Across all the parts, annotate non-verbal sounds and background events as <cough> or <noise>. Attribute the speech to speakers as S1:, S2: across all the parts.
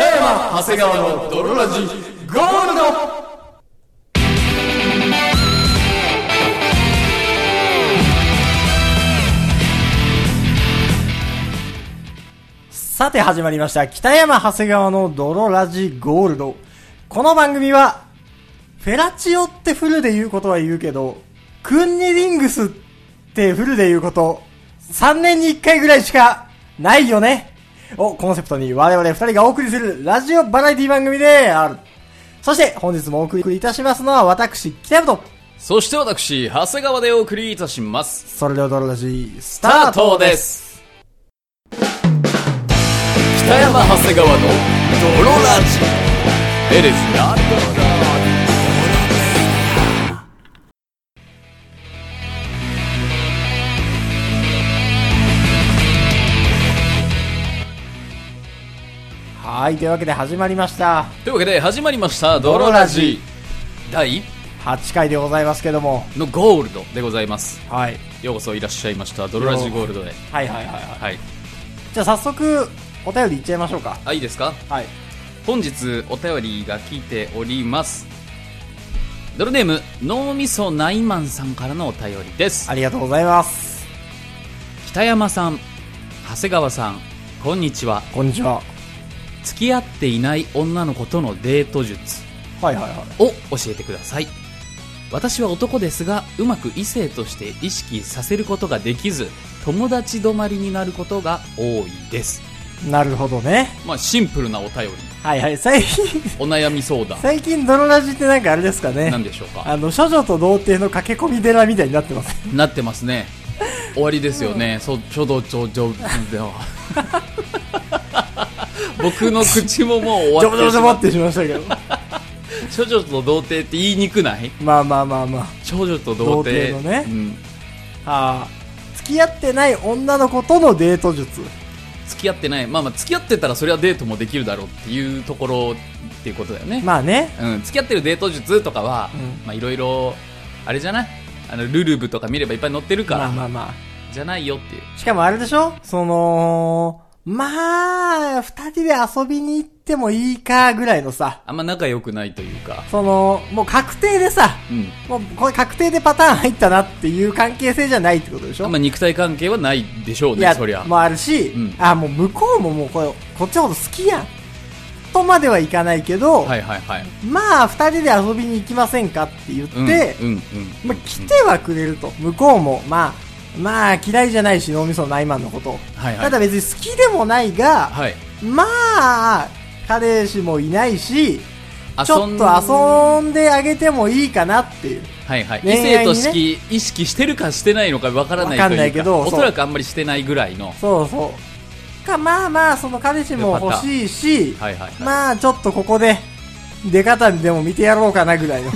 S1: 長谷川の泥ラジゴールド
S2: さて始まりました。北山長谷川の泥ラジゴールド。この番組は、フェラチオってフルで言うことは言うけど、クンニリングスってフルで言うこと、3年に1回ぐらいしかないよね。をコンセプトに我々2人がお送りするラジオバラエティ番組である。そして本日もお送りいたしますのは私、北山と。
S1: そして私長谷川でお送りいたします
S2: それでは泥ラジ、ス
S1: ス
S2: タートです。
S1: す北山長谷川の泥ラジ It is not
S2: はい、というわけで始まりました。
S1: というわけで始まりました泥ラジ第
S2: 8回でございますけども。
S1: のゴールドでございます
S2: はい。
S1: ようこそいらっしゃいました泥ラジゴールドへ
S2: はいはいはいはい。
S1: はい
S2: じゃあ早速、お便りいっちゃいましょうか。
S1: あいいですか
S2: はい。
S1: 本日お便りが来ておりますドルネーム脳みそナイマンさんからのお便りです
S2: ありがとうございます。
S1: 北山さん長谷川さんこんにちは
S2: こんにちは。
S1: 付き合っていない女の子とのデート術
S2: はいはいはい。
S1: を教えてください私は男ですがうまく異性として意識させることができず友達止まりになることが多いです
S2: なるほどね。
S1: まあシンプルなお便り
S2: はいはい。最近、
S1: お悩み相談
S2: <laughs> 最近、泥ラジってなんかあれですか
S1: なん
S2: ね。
S1: でしょうか
S2: あの、処女と童貞の駆け込み寺みたいになってます。
S1: <laughs> なってますね終わりですよね、そちょうどちょちょでは <laughs> 僕の口ももう
S2: ジョ
S1: 終わ
S2: ボ
S1: っ
S2: ジョボ
S1: て
S2: ジ
S1: し
S2: ョボ
S1: まっ
S2: ってしましたけど。
S1: 処女と童貞って言いにくない
S2: まあまあまあまあ。
S1: 少女と童貞
S2: 童貞のね
S1: うん、
S2: ああ。付き合ってない女の子とのデート術。
S1: 付き合ってないまあまあ付き合ってたらそれはデートもできるだろうっていうところっていうことだよね、
S2: まあね。
S1: うん、付き合ってるデート術とかは、
S2: うん
S1: まあいろいろあれじゃないあのルルブとか見ればいっぱい載ってるから、
S2: まあまあまあ。
S1: じゃないよっていう
S2: しかもあれでしょその、まあ、二人で遊びに行ってもいいかぐらいのさ。
S1: あんま仲良くないというか
S2: その、もう確定でさ、
S1: うん
S2: もうこれ確定でパターン入ったなっていう関係性じゃないってことでし
S1: あ
S2: ょ、
S1: んま肉体関係はないでしょう
S2: い
S1: ね
S2: や、
S1: そりゃ
S2: もあるし、
S1: うん
S2: あ、もう向こうももうこれ、こっちのこと好きやん。とまではいかないけど、
S1: はいはいはい
S2: まあ、二人で遊びに行きませんかって言って、
S1: うんうんうん
S2: まあ、来てはくれると。向こうも、まあ、まあ、嫌いじゃないし、脳みそのナイマンのこと。
S1: はいはい
S2: ただ別に好きでもないが、
S1: はい
S2: まあ、彼氏もいないし、ちょっ
S1: ん
S2: と遊んであげてもいいかなっていう。
S1: はいはい、
S2: 恋
S1: 異性
S2: 愛にね
S1: と識意識してるかしてないのかわからないという
S2: わかんないけど
S1: お
S2: そう
S1: そらくあんまりしてないぐら
S2: <laughs>
S1: いの
S2: そうそう。か、まあまあ、その彼氏も欲しいし、
S1: はいはいはい、
S2: まあちょっとここで、出方でも見てやろうかなぐらいの。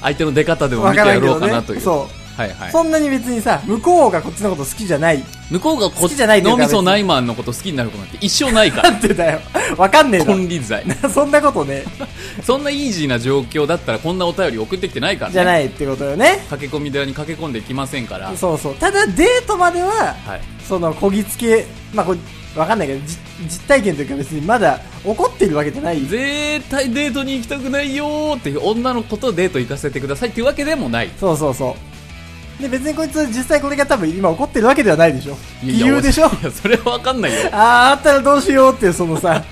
S1: 相手の出方でも
S2: わ
S1: <laughs> 見て
S2: から
S1: や
S2: んけ
S1: ろう
S2: ど
S1: かな
S2: ね
S1: という。、
S2: そう
S1: はいは
S2: う。
S1: い、
S2: そんなに別にさ、向こうがこっちのこと好きじゃない。
S1: 向こうがこ
S2: 好
S1: っ
S2: き
S1: ち
S2: じゃないという
S1: 脳
S2: か
S1: みそないマンのこと好きになることなんて一生ないか
S2: <laughs> なんてだよ。わかんね
S1: ら金輪際
S2: えな。そんなことね。
S1: <laughs> そんなイージーな状況だったらこんなお便り送ってきてないからね
S2: じゃないってことよね。
S1: 駆け込み寺に駆け込んできませんから
S2: そうそう。ただデートまでは、
S1: はい
S2: その、こぎつけ、まあこれ、わかんないけど、じ実体験というか別にまだ怒ってるわけじゃない。
S1: 絶対デートに行きたくないよーっていう女の子とデート行かせてくださいっていうわけでもない
S2: そうそうそう。で、別にこいつ実際これが多分今怒ってるわけではないでしょ。理
S1: いや
S2: 由でしょ
S1: いやそれはわかんないよ
S2: あーあったらどうしようっていうその
S1: <laughs>
S2: さ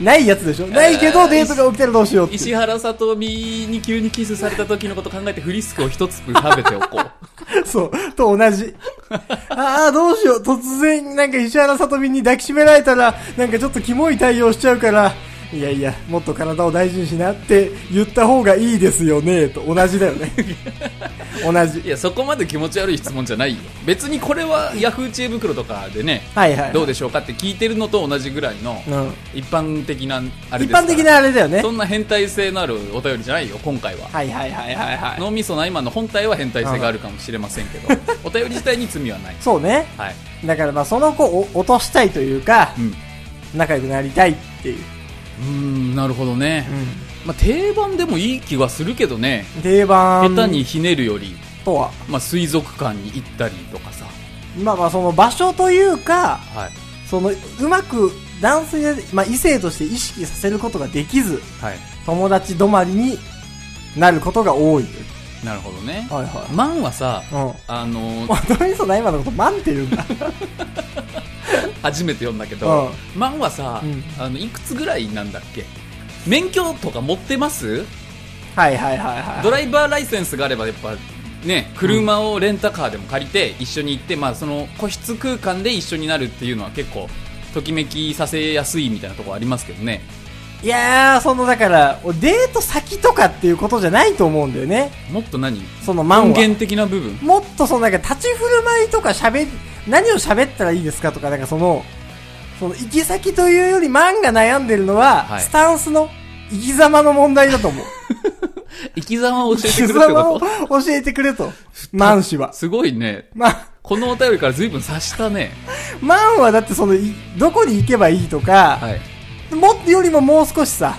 S2: ないやつでしょないけどデートが起きたらどうしようって
S1: 石原さとみに急にキスされた時のこと考えてフリスクを一粒食べてお
S2: <laughs>
S1: こう
S2: そうと同じああどうしよう突然なんか石原さとみに抱きしめられたらなんかちょっとキモい対応しちゃうからいやいやもっと体を大事にしなって言った方がいいですよねと同じだよ
S1: <laughs>
S2: ね同
S1: い
S2: じ
S1: やそこまで気持ち悪い質問じゃないよ別にこれはヤフー知恵袋とかでね
S2: はいはい
S1: どうでしょうかって聞いてるのと同じぐらいの
S2: うん
S1: 一般的なあれ
S2: 一
S1: ですから
S2: 般的なあれだよね
S1: そんな変態性のあるお便りじゃないよ今回は
S2: はいはいはいはいはい
S1: 脳みその今の本体は変態性があるかもしれませんけど <laughs> お便り自体に罪はない
S2: そうね
S1: はい、
S2: だからまあその子を落としたいというか
S1: うん、う
S2: 仲良くなりたいっていう、
S1: ーんなるほどね、まあ、定番でもいい気はするけどね
S2: うん、定番
S1: 下手にひねるより、
S2: とは
S1: まあ、水族館に行ったりとかさ
S2: まあまあその場所というか、
S1: はい
S2: そのうまく男性、まあ、異性として意識させることができず、
S1: はい
S2: 友達止まりになることが多い。
S1: なるほどね
S2: はいは
S1: マンはさ
S2: い。うん。
S1: あのー
S2: まあ、どういうな今のこと、マンって言うんだ。
S1: 初めて読んだけどマンはさ
S2: うん
S1: あのいくつぐらいなんだっけ免許とか持ってます
S2: <laughs> はいはいはいはい。
S1: ドライバーライセンスがあればやっぱね車をレンタカーでも借りて一緒に行って、まあ、その個室空間で一緒になるっていうのは結構ときめきさせやすいみたいなところありますけどね
S2: いやー、その、だから、デート先とかっていうことじゃないと思うんだよね。
S1: もっと何
S2: そのマン
S1: 根
S2: は。
S1: 源的な部
S2: <laughs>
S1: 分
S2: もっとその、なんか、立ち振る舞いとか喋、何を喋ったらいいですかとか、なんかその、その、行き先というよりマンが悩んでるのは、
S1: はい
S2: スタンスの、生き様の問題だと思う。
S1: 生き様 <laughs> を教えて
S2: 生
S1: く
S2: き
S1: れるって
S2: 様を <laughs>
S1: こ
S2: 教えてくれと。マン氏は
S1: と。すごいね
S2: まあ、
S1: このお便りから随分察したね
S2: マンはだってその、いどこに行けばいいとか、
S1: はい
S2: もっとよりももう少しさ、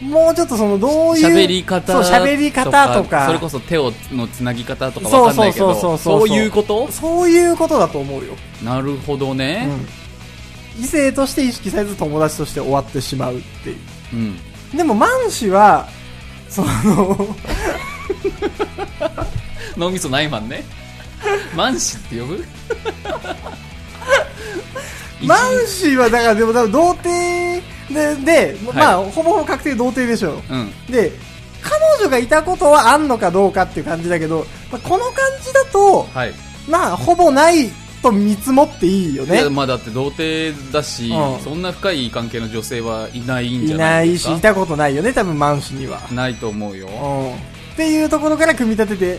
S2: もうちょっとその、どういう。
S1: 喋り方
S2: そう、喋り方とか。
S1: それこそ手をのつなぎ方とかわかんないけど
S2: そうそうそうそうそう
S1: そういうこと
S2: そういうことだと思うよ。
S1: なるほどね
S2: うん異性として意識されず友達として終わってしまうっていう。
S1: うん、
S2: でも、マン氏は、その、
S1: 脳みそないマンね <laughs> マンシって呼ぶ
S2: マン氏は、だからでも多分童貞で、で、まあ、ほぼほぼ確定童貞でしょう。
S1: うん
S2: で、彼女がいたことはあんのかどうかっていう感じだけど、まあ、この感じだと、
S1: はい
S2: まあ、ほぼないと見積もっていいよ
S1: い
S2: ね
S1: や。まあだって童貞だし、
S2: うん
S1: そんな深い関係の女性はいないん
S2: い
S1: じゃな
S2: ないい
S1: ですか
S2: し、いたことないよね、多分マン氏には。
S1: ないと思うよ、
S2: うん。っていうところから組み立てて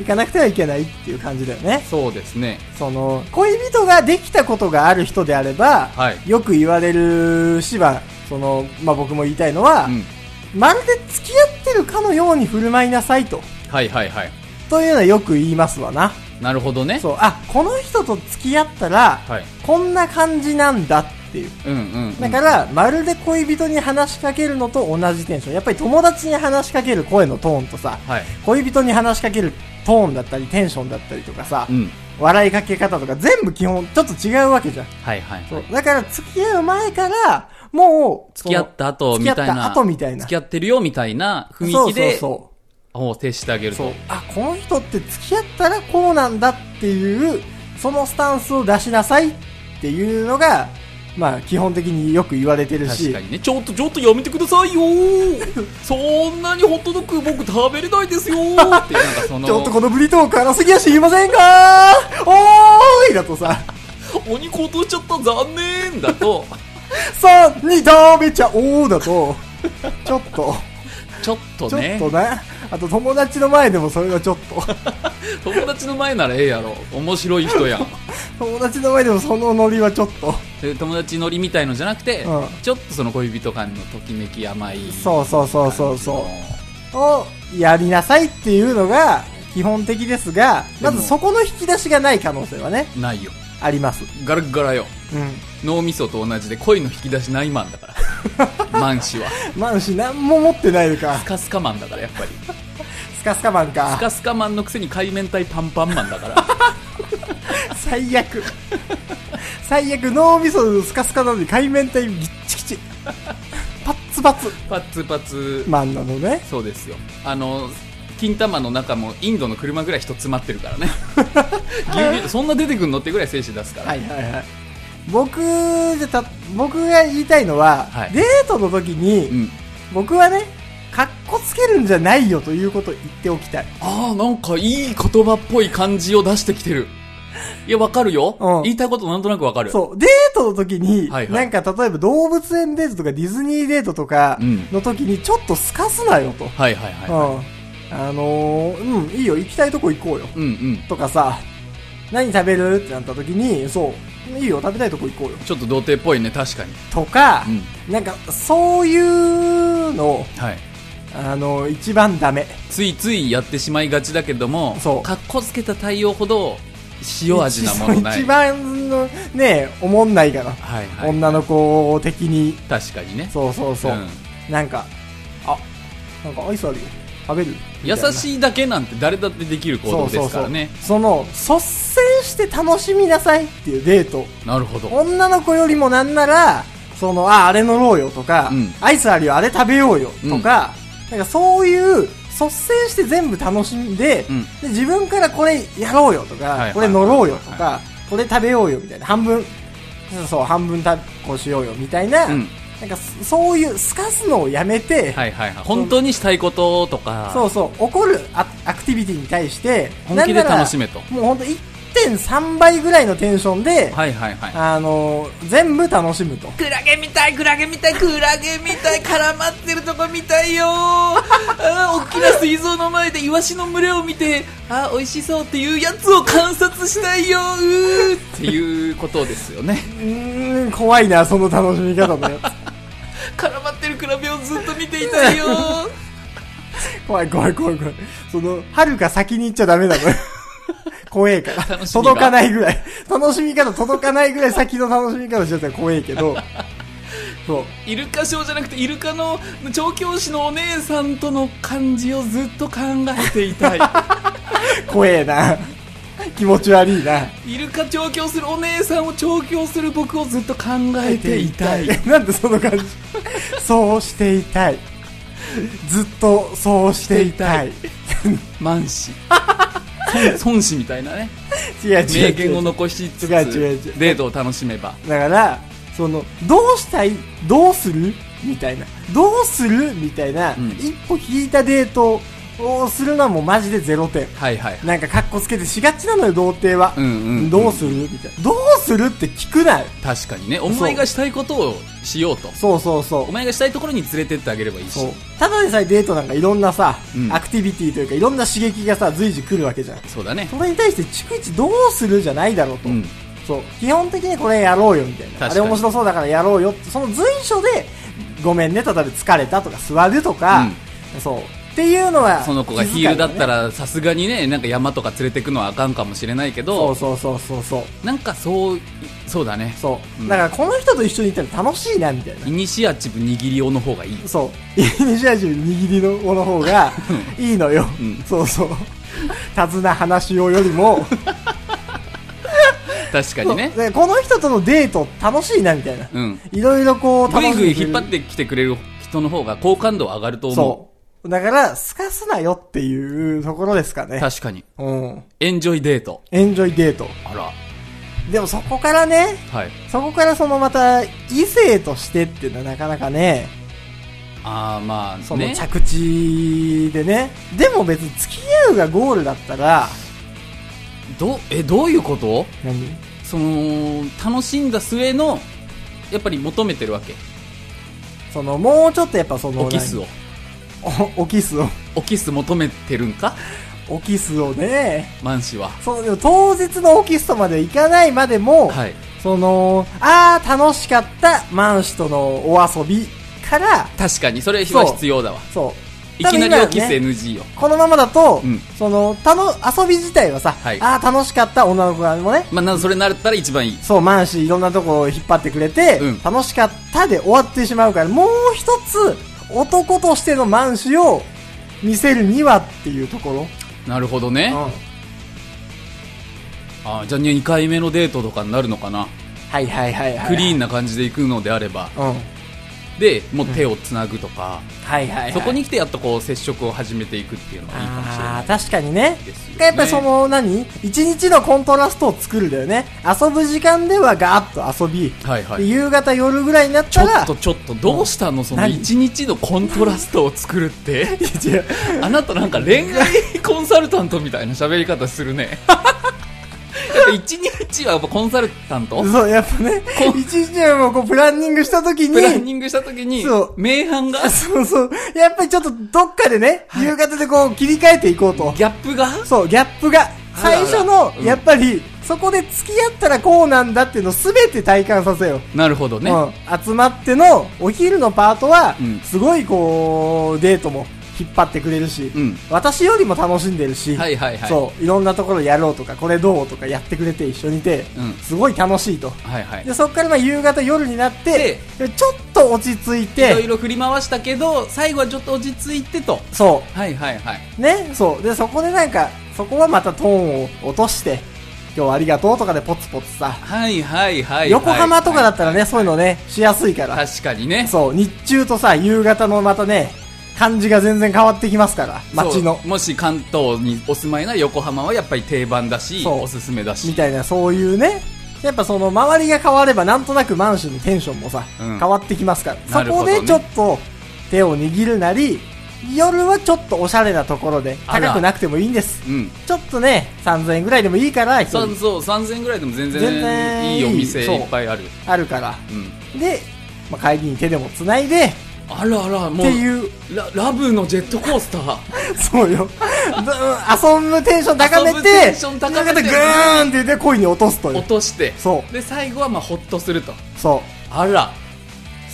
S2: いかなくてはいけないっていう感じだよね。
S1: そうですね
S2: その、恋人ができたことがある人であれば、
S1: はい
S2: よく言われるしは、その、まあ、僕も言いたいのは、
S1: うん
S2: まるで付き合ってるかのように振る舞いなさいと。
S1: はいはいはい
S2: というのはよく言いますわな。
S1: なるほどね
S2: そう、あ、この人と付き合ったら、
S1: はい
S2: こんな感じなんだっていう。
S1: うんうん、うん、
S2: だから、まるで恋人に話しかけるのと同じテンション。やっぱり友達に話しかける声のトーンとさ、
S1: はい
S2: 恋人に話しかけるトーンだったり、テンションだったりとかさ、
S1: うん
S2: 笑いかけ方とか全部基本ちょっと違うわけじゃん。
S1: はいはいはい
S2: そう。だから、付き合う前から、もう、
S1: 付き合った後
S2: 付
S1: み
S2: き合った
S1: いな
S2: 後みたいな
S1: 付き合ってるよみたいな
S2: そ
S1: 雰
S2: の
S1: 囲気
S2: そう
S1: で
S2: そうそう。
S1: を呈してあげる
S2: そう
S1: と
S2: あこの人って付き合ったらこうなんだっていうそのスタンスを出しなさいっていうのがまあ基本的によく言われてる
S1: 確
S2: し
S1: かにねちょっとちょっとやめてくださいよ <laughs> ーそんなにホットドッグ僕食べれないですよーってなんかその
S2: ちょっとこのブリトーク荒すぎやし言いませんかおーいだとさ
S1: お肉落としちゃった残念だと <laughs>
S2: さあに食べちゃおうだとちょっ
S1: <laughs>
S2: と
S1: ちょっと
S2: ちょっ
S1: ね
S2: となあと友達の前でもそれはちょっと
S1: 友達の前ならええやろ面白い人
S2: <laughs>
S1: やん
S2: 友達の前でもそのノリはちょっと
S1: で友達乗りみたいのじゃなくて、
S2: うん
S1: ちょっとその恋人間のときめき甘い
S2: そうそうそうそうそう
S1: う
S2: をやりなさいっていうのが基本的ですが、
S1: で
S2: ま
S1: も
S2: ずそこの引き出しがない可能性はね、
S1: ないよ
S2: あります。
S1: ガラッガラよ
S2: うん。
S1: 脳みそと同じで恋の引き出しないマンだか
S2: <laughs>
S1: らマン氏は
S2: マンシ何も持ってないのか
S1: ス。カスカマンだからやっぱり
S2: スカスカマン
S1: ス
S2: か。
S1: カスカマンのくせに海綿体パンパンマン
S2: <laughs>
S1: だから
S2: 最悪。最悪、脳みそのスカスカなのに海綿体ギッチギチ。パッツパツ。
S1: パツパツ、
S2: マンなのね。
S1: そうですよあの金玉の中もインドの車ぐらい人詰まってる
S2: <laughs>
S1: からね牛乳そんな出てくんのってぐらい精子出すから、
S2: はいはいはい。僕、じゃた、僕が言いたいのは、
S1: はい
S2: デートの時
S1: う
S2: に、
S1: ん、
S2: 僕はね、かっこつけるんじゃないよということを言っておきたい。
S1: ああなんかいい言葉っぽい感じを出してきてるいやわかるよ、
S2: うん
S1: 言いたいことなんとなくわかる
S2: そう、デートの時に、
S1: はいはい
S2: なんか例えば動物園デートとかディズニーデートとか
S1: うん
S2: の時にちょっとすかすなよと。
S1: はいはいはい、
S2: うん。あのー、うん、いいよ、行きたいとこ行こうよ。
S1: うんうん
S2: とかさ、何食べるってなった時に、そう、いいよ、食べたいとこ行こうよ。
S1: ちょっと童貞っぽいね確かに
S2: とか、
S1: う
S2: なんか、そういうの、
S1: はい
S2: あのー、一番ダメ。
S1: ついついやってしまいがちだけども
S2: そう
S1: かっこつけた対応ほど塩味なものな
S2: 一
S1: い
S2: 番の、ね、おもんないから。
S1: はいはい
S2: 女の子的に。
S1: 確かにね
S2: そうそうそう。
S1: ん
S2: なんか、あ、なんかアイスあるよ。食べる
S1: 優
S2: い
S1: しいだけなんて誰だってできる行動ですからね
S2: そうそうそうその率先して楽しみなさいっていうデート。
S1: なるほど
S2: 女の子よりもなんなら、その、あ、あれ乗ろうよとか、
S1: うん
S2: アイスあるよ、あれ食べようよとか、なんかそういう、率先して全部楽しんで、
S1: うん
S2: で自分からこれやろうよとか、
S1: いはいはい
S2: これ乗ろうよとか、
S1: は
S2: これ食べようよみたいな、半分、そう、半分たこうしようよみたいな、
S1: うん
S2: なんかそそういう、すかすのをやめて、
S1: はいはいはい本当にしたいこととか
S2: そうそう、起こるアアクティビティに対して、
S1: 本気で
S2: なんなら
S1: 楽しめと
S2: もう本当1.3倍ぐらいのテンションで、
S1: はいはいはい
S2: あのー全部楽しむと。
S3: クラゲみたいクラゲみたいクラゲみたい絡まってるとこ見たいよあー大きな水槽の前でイワシの群れを見てあー美味しそうっていうやつを観察したいようー
S1: っていうことですよね
S2: うーん、怖いな、その楽しみ方
S1: <laughs>
S2: のや
S3: 絡まってるクラゲをずっと見ていた
S2: <laughs>
S3: いよ
S2: つ。怖い怖い怖い怖い。その、はるか先に行っちゃダメな
S1: <laughs>
S2: のよ。怖えから。
S1: 楽しみ
S2: 届
S1: が
S2: かないぐらい。楽しみ方届かないぐらい先の楽しみ方しちゃったら怖えけど。そう。
S1: イルカショーじゃなくてイルカの調教師のお姉さんとの感じをずっと考えてい
S2: <laughs>
S1: たい
S2: 怖えな。気持ち悪いな。
S1: イルカ調教するお姉さんを調教する僕をずっと考えていたい。
S2: <laughs> なんでその感じ。そうしていたい。ずっとそうしていたい。
S1: 満士 <laughs> 孫孫子みたいなね
S2: 違う違う違う。
S1: 名言を残しつつ
S2: 違う違う違う
S1: デートを楽しめば
S2: だから、その、どうしたいどうするみたいな。どうするみたいな、
S1: うん
S2: 一歩引いたデートをするのはもうマジでゼロ点。
S1: はいはい
S2: なんかカッコつけてしがちなのよ、童貞は。
S1: うんうんうん
S2: どうするみたいな。どうするって聞くなよ。
S1: 確かにねお前がしたいことをしようと
S2: そうそうそう
S1: お。前がしたいところに連れてってあげればいいし
S2: そう。ただでさえデートなんかいろんなさ、
S1: うん
S2: アクティビティというかいろんな刺激がさ、随時来るわけじゃん。
S1: そうだね
S2: それに対して、逐一どうするじゃないだろうと。
S1: うん
S2: そう。基本的にこれやろうよ、みたいな。
S1: 確
S2: あ
S1: か
S2: れ
S1: に
S2: 面白そうだからやろうよって、その随所で、ごめんね、例えば疲れたとか座るとか、そう。っていうのは、
S1: その子が
S2: 気
S1: ヒ
S2: 遣
S1: ー
S2: い
S1: ルだっ
S2: ね、
S1: たらさすがにねなんか山とか連れてくのはあかんかもしれないけ
S2: そう
S1: ど
S2: そうそうそうそう。
S1: なんかそうそうだね
S2: そう。
S1: うん
S2: だからこの人と一緒にいたら楽しいな、みたいな
S1: イ。ニシアチブ握り用の方がいい
S2: そう。イニシアチブ握りの子の方が、いいのよ。
S1: うん
S2: そうそう。手綱話しようより
S1: <laughs>
S2: も、
S1: 確か
S2: そ
S1: に
S2: うだ
S1: ね
S2: からこの人とのデート楽しいな、みたいな。
S1: うん
S2: いろいろこう、
S1: ぐいぐい
S2: くれ
S1: 引っ
S2: る
S1: 張ってきてくれる人の方が好感度は上がると思
S2: そう。だから、すかすなよっていうところですか
S1: う
S2: ね。
S1: 確かに
S2: うん。
S1: エンジョイデート
S2: エンジョイデート。
S1: あら
S2: でもそこからね、
S1: はい
S2: そこからそのまた、異性としてっていうのはなかなかね、
S1: ああまあ
S2: その
S1: ね
S2: 着地でね。でも別に付き合うがゴールだったら、
S1: どえどういうこと
S2: 何
S1: その楽しんだ末のやっぱり求めてるわけ
S2: その、もうちょっとやっぱその、
S1: おキスを
S2: 何。お、おキスを。
S1: おキス求めてるんか
S2: おキスをね。
S1: マンシは
S2: その、でも当日のおキスとまでいかないまでも、
S1: はい
S2: その、あー楽しかった、マンシとのお遊びから、
S1: 確かにそれ
S2: そう
S1: は必要だわ
S2: そう。
S1: いきなりおキス
S2: 多分今のね
S1: NG よ
S2: このままだと、
S1: うん
S2: その、たの、遊び自体はさ、
S1: はい
S2: ああ、楽しかった女の子がもね、
S1: まあなそれなったら一番いい
S2: そう、マンシーいろんなとこを引っ張ってくれて、
S1: うん
S2: 楽しかったで終わってしまうから、もう一つ、男としてのマンシーを見せるにはっていうところ。
S1: なるほど
S2: う
S1: ね
S2: ん。
S1: あ
S2: は
S1: ーじゃあ2回目のデートとかになるのかない
S2: はいはいはい。
S1: クリーンな感じで行くのであれば
S2: うん。はい
S1: でもう手をつなぐとか
S2: はいはい。
S1: そこに来てやっとこう接触を始めていくっていうのはいいかもしれない
S2: ああ、確かにね。
S1: ですよね
S2: やっぱりその、何一日のコントラストを作るんだよね。遊ぶ時間ではガーッと遊び、
S1: はいは
S2: で
S1: い
S2: 夕方夜ぐらいになっ
S1: ち
S2: た
S1: ょ
S2: ら、
S1: っとちょっとどうしたのその
S2: 何
S1: 一日のコントラストを作るって
S2: 違う
S1: <laughs> あなたなんか恋愛コンサルタントみたいな喋り方するね <laughs> やっぱ一日はやっぱコンサルタント
S2: そう、やっぱね、一日はもうこうプランニングしたとき
S1: プラン
S2: に、
S1: ニングした時に
S2: そう
S1: 名判が
S2: そうそう、やっぱりちょっとどっかでね、夕方でこう切り替えていこうと。
S1: ギャップが
S2: そう、ギャップが、
S1: あら
S2: 最
S1: あら
S2: 初の
S1: う、ん
S2: やっぱり、そこで付き合ったらこうなんだっていうのを全て体感させよ
S1: なるほど
S2: う。
S1: ね、
S2: うん、集まってのお昼のパートは
S1: うん、
S2: すごいこう、デートも引っ張ってくれるし、
S1: うん
S2: 私よりも楽しんでるし、
S1: はいはいはい
S2: そう、いろんなところやろうとか、これどうとかやってくれて一緒にいて、
S1: うん
S2: すごい楽しいと。
S1: はいはい
S2: でそこからまあ夕方夜になってちょっと落ち着い
S1: いろい
S2: て
S1: ろ振り回したけど最後はちょっと落ち着いてと
S2: そ
S1: はいはいはいう
S2: ねそうでそこでなんかそこはまたトーンを落として今日ありがとうとかでポツポツさ。
S1: はいはいはいはい
S2: 横浜とかだ
S1: っ
S2: ったらね、そういうのね、しやすいから。
S1: 確かに
S2: <laughs>
S1: ね
S2: そう、日中とさ、夕方のまたね、感じが全然変わってきますから、街の
S1: そ。うもし関東にお住まいなら横浜はやっぱり定番だし
S2: そう
S1: おすすめだし
S2: みたいな、そういうね。やっぱその周りが変わればなんとなくマンションのテンションもさ、
S1: うん
S2: 変わってきますから。
S1: なる
S2: そ
S1: ほ
S2: こ
S1: どね
S2: でちょっと手を握るなり、夜はちょっとおしゃれなところで、
S1: あら
S2: 高くなくてもいいんです。
S1: うん
S2: ちょっとね、3000円ぐらいでもいいから、一人
S1: 三そう3000円ぐらいでも全
S2: 全然
S1: 然いいお店
S2: そう
S1: いっぱいある
S2: あるから。
S1: うん
S2: で、まあ、帰りに手でも繋いで、
S1: あらあら
S2: っ
S1: も
S2: て
S1: う
S2: いう、
S1: ララブのジェットコースター
S2: そうよ。ど遊ぶテンション高め
S1: 遊ぶ
S2: て、
S1: テンション高めて
S2: でグーンって言って恋に落とすとい
S1: 落
S2: う。
S1: として
S2: そ
S1: で最後はまあホッとすると
S2: う、 <laughs> そ
S1: あら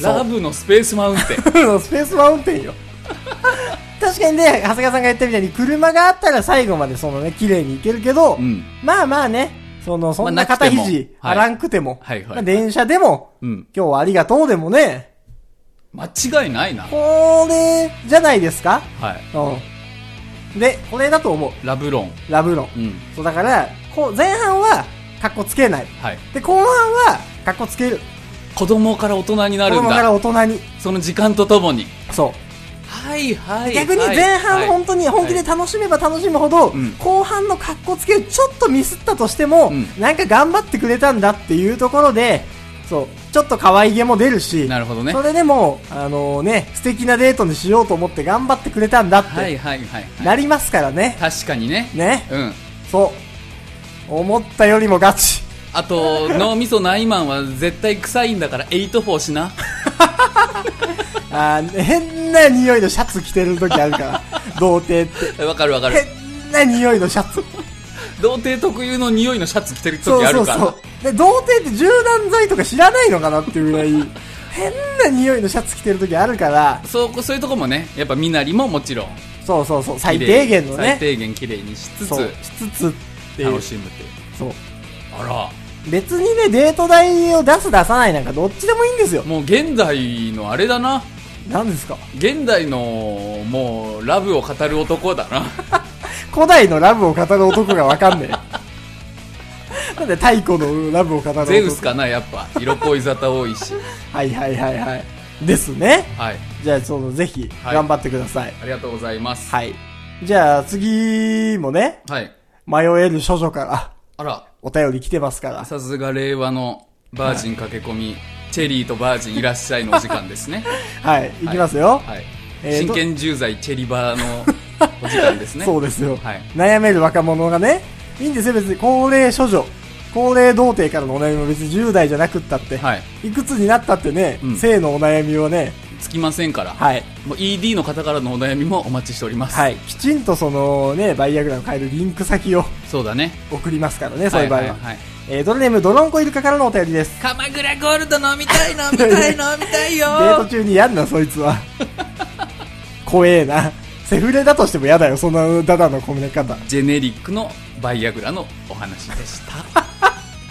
S2: そう
S1: ラブのスペースマウ
S2: <laughs>
S1: ンテン
S2: う。スペースマウンテンよ。確かにね、長谷川さんが言ったみたいに、車があったら最後までそのね、綺麗に行けるけど、
S1: うん
S2: まあまあね、その、そんな
S1: まあな
S2: 肩
S1: くても
S2: 肘、
S1: はい
S2: あらんくても、
S1: はいはい
S2: まあ電車でも、
S1: うん
S2: 今日はありがとうでもね、
S1: 間違いないなは
S2: これ、じゃないですか
S1: い
S2: うん。で、これだと思う。
S1: ラブロン
S2: ラブロン。
S1: うん
S2: そうだから、こう、前半は、かっこつけない。
S1: はい
S2: で、後半は、かっこつける。
S1: 子供から大人にな
S2: 子
S1: るん
S2: 供から
S1: だ
S2: 大人に。
S1: その時間とともに
S2: そう。
S1: はいはい
S2: 逆に前半本当に本気で
S1: はい
S2: 楽しめば楽しむほど、
S1: うん
S2: 後半の格好つけをちょっとミスったとしても、
S1: うん
S2: なんか頑張ってくれたんだっていうところで、そう、ちょっと可愛げも出るし、
S1: なるほどね
S2: それでも、あのね、素敵なデートにしようと思って頑張ってくれたんだっ
S1: はい
S2: て、
S1: はいはいはい
S2: なりますからね。
S1: 確かにね
S2: ね。
S1: うん
S2: そう。思ったよりもガ
S1: <laughs>
S2: チ。
S1: あと脳みそないマンは絶対臭いんだから8-4し
S2: <laughs>
S1: な
S2: あー変な匂いのシャツ着てる時あるから、童貞って。
S1: わかるわかる
S2: 変な匂いのシャツ。
S1: 童貞特有の匂いのシャツ着てる
S2: そ
S1: <laughs> 時
S2: う
S1: あ
S2: そう
S1: るから
S2: そう。で、童貞って柔軟剤とか知らないのかなっていう
S1: <laughs>
S2: ぐらい、変な匂いのシャツ着てる時あるから、
S1: そうそういうとこもねやっぱ身なりももちろん
S2: そうそうそう、最低限の
S1: 最
S2: ね、
S1: 低限綺麗にしつつ
S2: そう、しつつっていう
S1: 楽。しむっていう
S2: そう。
S1: あ
S2: 別にね、デート代を出す出さないなんかどっちでもいいんですよ
S1: ら。もう現代のあれだな
S2: 何ですか
S1: 現代のもうラブを語る男だ
S2: <laughs>
S1: な
S2: 古代のラブを語る男がわかんねえ。
S1: <laughs>
S2: なんで太古のラブを語る男
S1: ゼウスかなやっぱ色恋沙汰多いし
S2: はいはいはいはい。ですね。
S1: はい
S2: じゃあ、その、ぜひ、
S1: はい
S2: 頑張ってください。
S1: ありがとうございます
S2: はい。じゃあ、次もね、
S1: はい
S2: 迷える処女から、
S1: あら
S2: お便り来てますから。
S1: さすが令和のバージン駆け込み、チェリーとバージンいらっしゃいのお時
S2: <laughs>
S1: 間ですね
S2: はい、いきますよ。
S1: はい、
S2: えー
S1: 真
S2: と
S1: 剣重罪チェリバーのお時間で
S2: <laughs>
S1: すね
S2: そうですよ、
S1: はい
S2: 悩める若者がね、いいんですよ、別に、高齢処女。高齢童貞からのお悩みも別に10代じゃなくったって、
S1: はい
S2: い、くつになったってね、
S1: うん
S2: 性のお悩みはね、
S1: つきませんから、
S2: はい。
S1: もう ED の方からのお悩みもお待ちしております、
S2: はい。きちんとそのね、バイアグラを買えるリンク先を
S1: そうだね
S2: 送りますからね、そういう場合は。
S1: はいはい
S2: えー、ドルネームドロンコイルカからのお便りです。
S3: 鎌倉ゴールド飲みたい飲みたい飲みたい
S2: デ
S3: よ
S2: ート中にやんな、そいつ
S1: <laughs>
S2: は。怖えな。セフレだとしてもやだよ、そんなダダの込め方。
S1: ジェネリックのバイアグラのお話
S2: <laughs>
S1: でした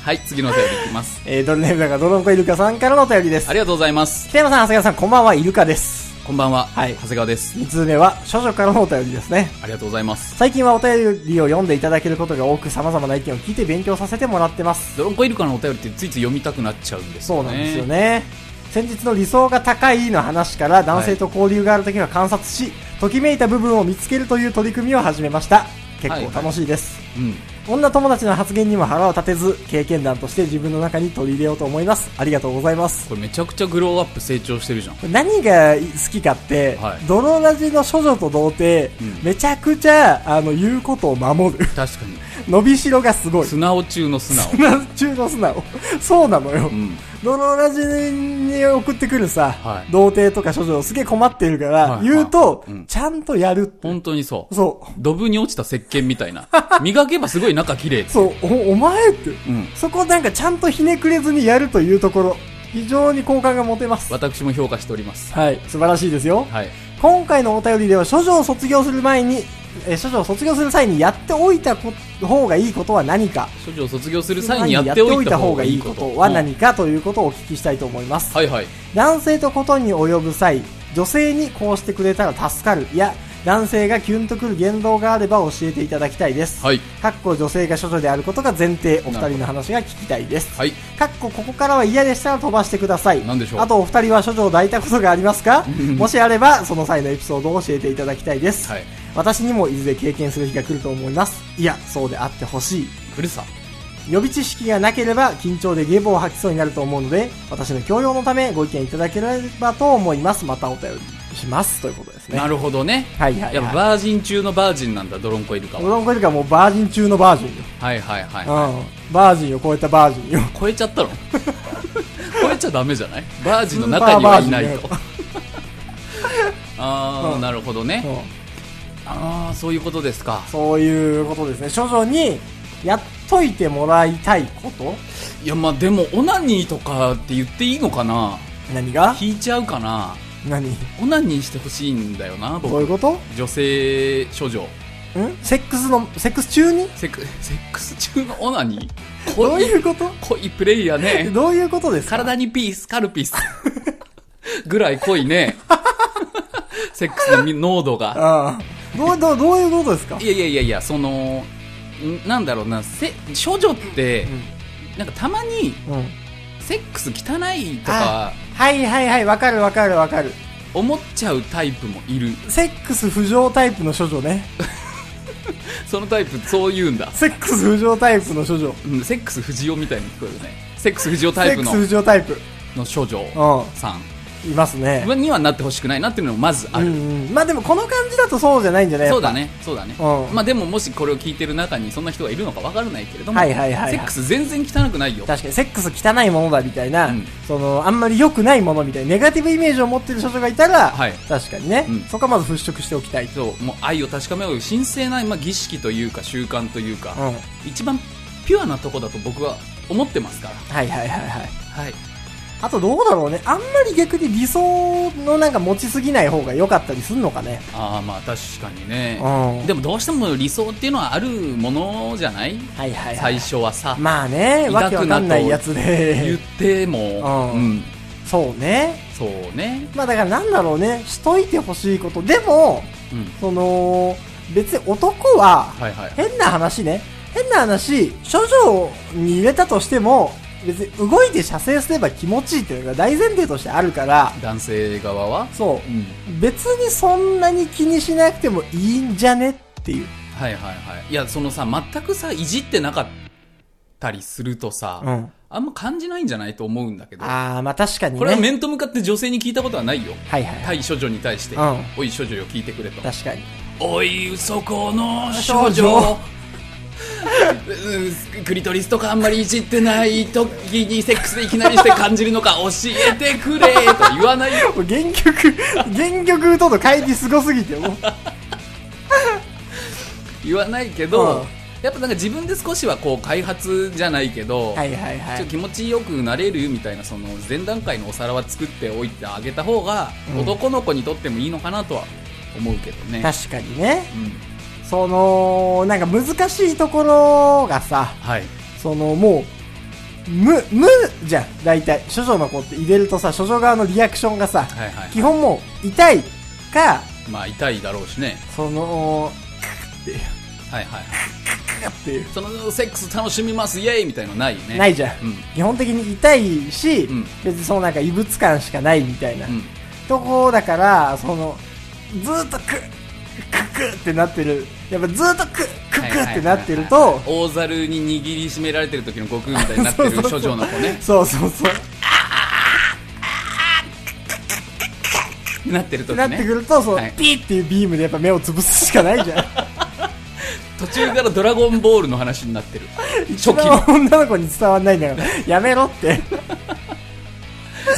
S1: はい次のお便りいきます
S2: えー、ドルネームだからドロンコイルカさんからのお便りです
S1: あ。りがとうございます
S2: 北山さん、長谷川さん、こんばんは、イルカです。
S1: こんばんは、
S2: はい
S1: 長谷川です
S2: 2通目は、処女からのお便りですね。
S1: ありがとうございます
S2: 最近はお便りを読んでいただけることが多く、様々な意見を聞いて勉強させてもらってます。
S1: ドロンコイルカのお便りってついつい読みたくなっちゃうんです
S2: そ
S1: よ
S2: う
S1: ね
S2: なんですよね。先日の理想が高いの話から、男性と交流があるときは観察し、ときめいた部分を見つけるという取り組みを始めました。結構楽しいです。
S1: うん
S2: 女友達の発言にも腹を立てず、経験談として自分の中に取り入れようと思います。ありがとうございます。
S1: これめちゃくちゃグローアップ成長してるじゃん
S2: 何が好きかって、
S1: はい
S2: ドロラジの処女と童貞、
S1: うん
S2: めちゃくちゃ、あの、言うことを守る。 <laughs>
S1: 確かに
S2: 伸びしろがすごい。
S1: 素直中の素直
S2: 素直中の素直。そうなのよ。
S1: うん
S2: ドロラジに送ってくるさ、
S1: はい
S2: 童貞とか処女すげえ困ってるから、
S1: はい
S2: 言うと、
S1: はいうん
S2: ちゃんとやる。
S1: 本当にそう
S2: そ
S1: ドブに落ちた石鹸みたい
S2: <laughs>
S1: な磨けばすごい中綺麗
S2: う。そう、お、お前って。
S1: うん
S2: そこなんかちゃんとひねくれずにやるというところ、非常に好感が持てます。
S1: 私も評価しております
S2: はい、素晴らしいですよ。
S1: はい
S2: 今回のお便りでは、処女を卒業する前に、えー処女を卒業する際にやっておいたこ方がいいことは何か、
S1: 処女を卒業する際にやっておいた方がいいこと
S2: は何かということをお聞きしたいと思います。
S1: はいはい
S2: 男性とことに及ぶ際、女性にこうしてくれたら助かる、や、男性がキュンとくる言動があれば教えていただきたいです。
S1: はい。
S2: かっこ女性が処女であることが前提、お二人の話が聞きたいです。
S1: はい。
S2: かっこここからは嫌でしたら飛ばしてください。
S1: なんでしょう
S2: あとお二人は処女を抱いたことがありますかもしあれば、その際のエピソードを教えていただきたいです。
S1: はい。
S2: 私にもいずれ経験する日が来ると思います。いや、そうであってほしい。
S1: 来るさ。
S2: 予備知識がなければ緊張でゲボを吐きそうになると思うので、私の教養のためご意見いただければと思います。またお便りします。ということですね。
S1: なるほどね。
S2: はいはい
S1: やっぱ
S2: はい。
S1: バージン中のバージンなんだ、ドロンコイルカ
S2: う
S1: は。
S2: どんこいるかもうバージン中のバージンよ。
S1: はいはいはい。
S2: うん。バージンを超えたバージンよ。
S1: 超えち
S2: <laughs>
S1: ゃったの超えちゃダメじゃないバージンの中にはいない
S2: スー
S1: と <laughs> ああ、
S2: うん
S1: なるほど
S2: う
S1: ね
S2: ん
S1: ああそういうことですか
S2: そういうことですね。処女にやっといてもらいたいこと
S1: いやまあでもオナニーとかって言っていいのかな
S2: 何が
S1: 引いちゃうかな
S2: 何
S1: オナニーしてほしいんだよな
S2: どういうこ
S1: 僕
S2: と
S1: 女性処女
S2: んセックスの、セックス中に
S1: セックセックス中のオナニー
S2: ど
S1: 濃
S2: う
S1: い
S2: いうこと
S1: 濃いプレイヤーね
S2: どういうことですか
S1: 体にピースカルピスぐらい濃いねセックスの濃度が
S2: うん。どう、どう、どういうことですか
S1: いやいやいやいやそのんなんだろうなせ処女って、なんかたまに
S2: うん。
S1: セックス汚いとか
S2: はいはいはい、わかるわかるわかる。
S1: 思っちゃうタイプもいる
S2: セックス不浄タイプの処女ね。
S1: そのタイプそう言うんだ、
S2: セックス不浄タイプの処女。
S1: うん、セックス不二雄みたいに聞こえるねセックス不二雄タ
S2: セ
S1: イ
S2: ッ
S1: プ
S2: ク
S1: の
S2: ス不浄タイプ。
S1: の処女
S2: う
S1: さん
S2: ん。いますね。
S1: にはなってほしくないなっていうのもまず
S2: う
S1: ある、
S2: んうん。まあでもこの感じだとそうじゃないんじゃない
S1: そうだ。ねそうだね、
S2: うん
S1: まあでももしこれを聞いてる中にそんな人がいるのかわからないけれども、
S2: はいはいはいはい
S1: セックス全然汚くないよ
S2: 確かにセックス汚いものだみたいな、
S1: うん
S2: そのあんまり良くないものみたいなネガティブイメージを持ってる少女がいたら、
S1: はい
S2: 確かにね、
S1: うん
S2: そこはまず払拭しておきたいと、
S1: そうもう愛を確かめよう神聖な、まあ、儀式というか習慣というか、
S2: うん、はい
S1: 一番ピュアなとこだと僕は思ってますから
S2: はいはいはい
S1: はい
S2: あとどうだろうねあんまり逆に理想のなんか持ちすぎない方が良かったりするのかね
S1: ああまあ確かにね
S2: うん
S1: でもどうしても理想っていうのはあるものじゃない
S2: はいはいは
S1: 最
S2: い
S1: 初はさ
S2: まあねわけわかんないやつ
S1: 言っ <laughs>
S2: で
S1: ても
S2: うん
S1: うん
S2: そうね
S1: そうね
S2: まあだからなんだろうねしといてほしいことでも
S1: うん
S2: その別に男は
S1: はいはい
S2: 変な話ね。変な話、処女に入れたとしても、別に動いて射精すれば気持ちいいっていうのが大前提としてあるから、
S1: 男性側は、
S2: そう
S1: ん、
S2: う。別にそんなに気にしなくてもいいんじゃねっていう。
S1: はいはいはいいやそのさ全くさいじってなかったりするとさ、
S2: うん
S1: あんま感じないんじゃないと思うんだけど
S2: あー、まあ確かにね。
S1: これは面と向かって女性に聞いたことはないよ
S2: はいはいはい。
S1: 対処女に対して
S2: うん
S1: 「おい処女よ聞いてくれ」と
S2: 確かに。
S1: おいそこの
S2: 少
S1: 少
S2: 女
S1: 女うん <laughs> クリトリスとかあんまりいじってない時にセックスでいきなりして感じるのか教えてくれと言わないよ
S2: もう原曲、 <laughs> 原曲との帰りすごすぎて、もう。
S1: 言わないけ
S2: う
S1: ど
S2: ん
S1: やっぱなんか自分で少しはこう開発じゃないけど、
S2: はいはいは
S1: ちょっ
S2: い
S1: と。気持ちよくなれるみたいなその前段階のお皿は作っておいてあげた方が
S2: うん
S1: 男の子にとってもいいのかなとは思うけどね、
S2: 確かにね。
S1: うん、
S2: その、なんか難しいところがさ、
S1: はい
S2: そのもう、無、無じゃん、大体。処女の子って入れるとさ、処女側のリアクションがさ、
S1: はいは
S2: 基本もう、痛いか、
S1: いまあ痛いだろうしね
S2: その、
S1: はいはい
S2: クっていう、
S1: そのセックス楽しみますイエーイみたいのないよね
S2: ないじゃん。
S1: うん
S2: 基本的に痛いし、
S1: うん
S2: 別にそのなんか異物感しかないみたいな、
S1: うん
S2: とこだから、その、ずーっとクッ、クックッってなってる、やっぱずーっとクッ、クックッってなってる
S1: はいはい
S2: と
S1: はい、はい大猿に握りしめられてる時の悟空みたいになって
S2: そう
S1: る
S2: そう
S1: 処
S2: <laughs> そう
S1: 女の子ね
S2: そうそうそう、
S1: なってる時
S2: なってく
S1: ね
S2: ると、その、
S1: はい
S2: ピーっていうビームでやっぱ目を潰すしかないじゃん。
S1: 途中から「ドラゴンボール」の話になってる初期の
S2: それは女の子に伝わんないんだから、 <laughs> やめろって。 <laughs>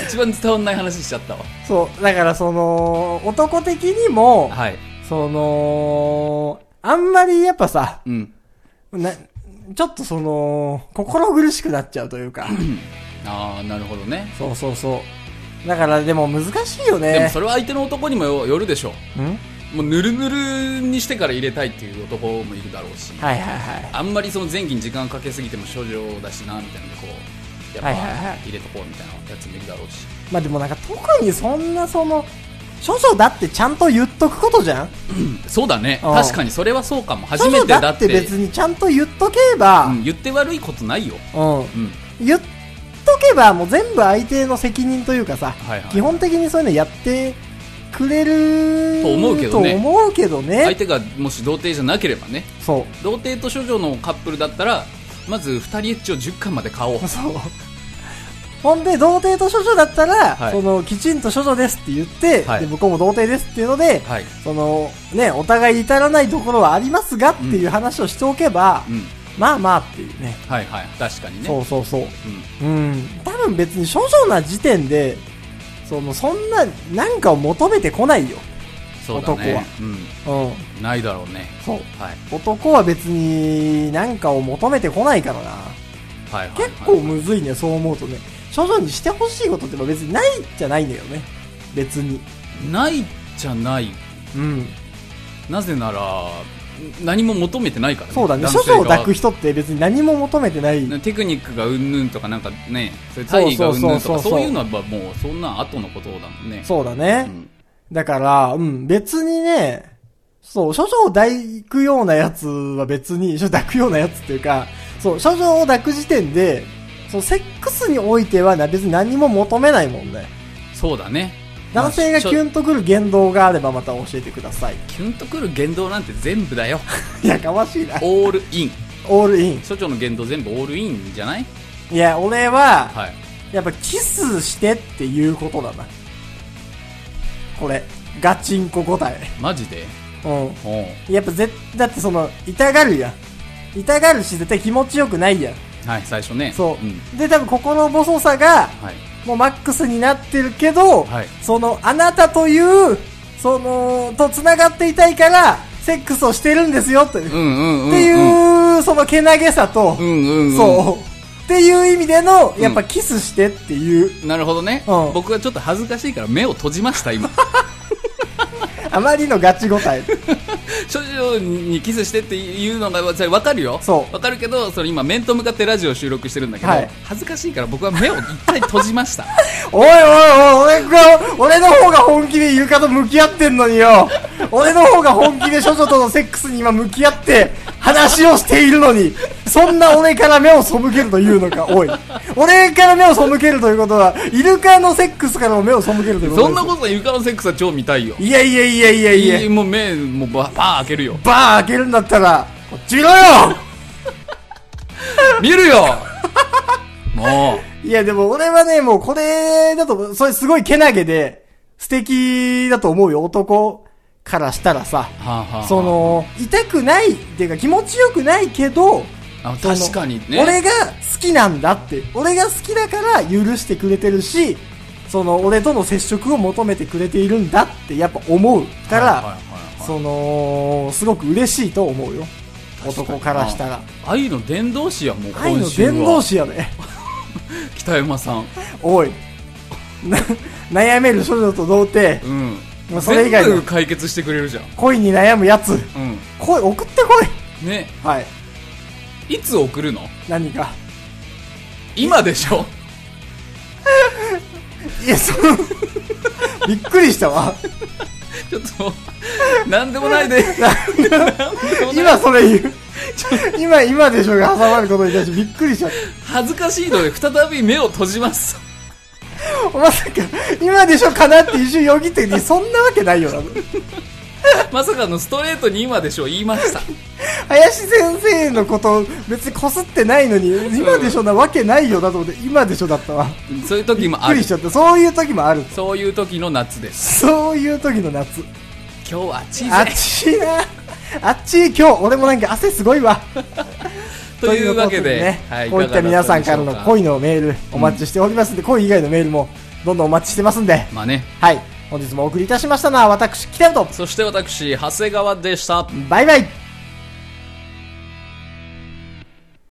S1: 一番伝わんない話しちゃったわ
S2: そう、だからその、男的にも、
S1: はい
S2: その、あんまりやっぱさ、
S1: うん
S2: な、ちょっとその、心苦しくなっちゃうという
S1: <laughs>
S2: か、
S1: ああなるほどね
S2: そうそうそう。だからでも難しいよね。
S1: でもそれは相手の男にもよよるでしょ
S2: ん
S1: うもうぬるぬるにしてから入れたいっていう男もいるだろうし
S2: はいはいはい。
S1: あんまりその前期に時間かけすぎても処女だしなみたいなのでこうやっぱ
S2: はいはいはい
S1: 入れとこうみたいなやつもいるだろうし
S2: まあでもなんか特にそんなその、所々だってちゃんと言っとくことじゃん
S1: そうだね
S2: うん
S1: 確かにそれはそうかも初
S2: 所
S1: め
S2: 々
S1: てだって
S2: 別にちゃんと言っとけば
S1: う、ん、言って悪いことないよ、
S2: うん
S1: うん、
S2: 言っとけばもう全部相手の責任というかさ、
S1: はいはい
S2: 基本的にそういうのやってくれる
S1: と思うけどね
S2: と思うけどね
S1: 相手がもし童貞じゃなければね
S2: そ
S1: 童貞と処女のカップルだったらまず二人エッチを10巻ま
S2: <laughs>
S1: で買おう
S2: うそうほんで童貞と処女だったら、
S1: はい
S2: そのきちんと処女ですって言って、
S1: はい
S2: で向こうも童貞ですっていうので、
S1: はい、
S2: そのねお互い至らないところはありますがっていう話をしておけば、
S1: うん、
S2: まあまあっていうね
S1: はいはい確かにね
S2: そうそうそう
S1: うん
S2: うん多分別に処女な時点でそのそんななんかを求めてこないよ
S1: そうだね
S2: 男はうん
S1: うん、ないだろうね
S2: そう
S1: はい
S2: 男は別に何かを求めてこないからな
S1: はいはい、はい、
S2: 結構むずいねそう思うとね処女にしてほしいことって別にないじゃないんだよね別に
S1: ないじゃない
S2: うん
S1: なぜならん何も求めてないから、ね、
S2: そうだね
S1: 男
S2: 処
S1: 性
S2: 女を
S1: 側
S2: 抱く人って別に何も求めてない
S1: ねテクニックがうんぬんとかなんかねそれ体位がうんぬん
S2: そうそ
S1: と
S2: うそう
S1: か
S2: そう
S1: そういうのはまあもうそんな後のことだもんね
S2: そうだね、
S1: ん
S2: だからうん別にねそう処女を抱くようなやつは別に処女を抱くようなやつっていうかそう処女を抱く時点でそうセックスにおいてはな別に何も求めないもんね
S1: そうだね
S2: 男性が
S1: まあ
S2: キ
S1: しょ
S2: ュンとくる言動があればまた教えてください。
S1: キュンとくる言動なんて全
S2: <laughs>
S1: 部だよ
S2: いや、かましいな。
S1: オールイン
S2: オールイン。
S1: 所長の言動全部オールインじゃない
S2: いや、俺は、
S1: はい
S2: やっぱキスしてっていうことだな。これ、ガチンコ答え。
S1: マジで
S2: う。
S1: おうん
S2: やっぱぜ、だってその、痛がるやん。痛がるし、絶対気持ちよくないやん。
S1: はい最初ね
S2: そう。
S1: ん
S2: で、多分心細さが、
S1: はい
S2: もうマックスになってるけど、
S1: はい
S2: その、あなたという、その、と繋がっていたいから、セックスをしてるんですよ、という。
S1: うんうんうん
S2: っていう、そのけなげさと
S1: う、んうんうん
S2: そう。っていう意味での、やっぱ
S1: うん
S2: キスしてっていう、
S1: なるほどね、
S2: うん
S1: 僕はちょっと恥ずかしいから目を閉じました今
S2: あまりのガチ答え。
S1: 所長にキスしてっていうのがそれ分かるよ
S2: そう
S1: 分かるけどそれ今面と向かってラジオ収録してるんだけど、
S2: はい
S1: 恥ずかしいから僕は目を一回閉じ
S2: <laughs>
S1: ました
S2: おいおいおい、俺が、俺の方が本気でイルカと向き合ってんのによ。俺の方が本気で処女とのセックスに今向き合って、話をしているのに、そんな俺から目を背けるというのか、おい。俺から目を背けるということは、イルカのセックスからも目を背けるということ
S1: そんなこと床のセックスは超見たいよ
S2: といやいやいやいやいや。
S1: もう目もうババーン開けるよ
S2: バー開けるんだったら、こっち見ろよ
S1: 見
S2: <laughs>
S1: るよも
S2: いや、でも俺はね、もうこれだと、それすごいけなげで、素敵だと思うよ、男からしたらさ。
S1: うはあ、はあ、
S2: その、痛くないっていうか気持ちよくないけど、
S1: あ
S2: その
S1: 確かにね
S2: 俺が好きなんだって。俺が好きだから許してくれてるし、その、俺との接触を求めてくれているんだってやっぱ思うから、
S1: はいはいはいはい
S2: その、すごく嬉しいと思うよ。
S1: 確かに
S2: 男からしたら。
S1: 愛の伝道師やもう
S2: 愛
S1: 今
S2: の
S1: 週は
S2: 伝道師やね。
S1: 北山さん
S2: おい。な悩める少女と童貞。
S1: うん
S2: もうそれ以外の
S1: 全部解決してくれるじゃん
S2: 恋に悩むやつ。
S1: う
S2: 恋、送ってこ
S1: んね
S2: い。はい。
S1: いつ送るの
S2: 何か。
S1: 今でしょ
S2: いや、その、 <laughs> びっくりしたわ。 <laughs>
S1: ちょっと何でもないで何でもない
S2: 今それ言う。今、今でしょが挟まることに対してびっくりしちゃっ
S1: 恥ずかしいので再び目を閉じます
S2: た。まさか、今でしょかなって一瞬よぎってるそんなわけないよな。
S1: まさかのストレートに今でしょ言いました
S2: 林先生のこと別にこすってないのに、今でしょなわけないよなと思って、今でしょだったわ。
S1: そういう時も
S2: びっく
S1: ある
S2: りしちゃった。そういう時もある。
S1: そういう時の夏です
S2: そういう時の夏。
S1: 今日は暑い
S2: あっ
S1: ぜ
S2: ちいな。あっちい今日、俺もなんか汗すごいわ。
S1: というわけ
S2: という
S1: で
S2: こと
S1: はい
S2: こういった皆さんからの
S1: いかがだったでしょう
S2: 恋のメールお待ちしておりますんで、恋以外のメールもどんどんお待ちしてますんで、
S1: まあね
S2: はい。本日もお送りいたしましたのは私、北野と、
S1: そして私長谷川でした
S2: バイバイ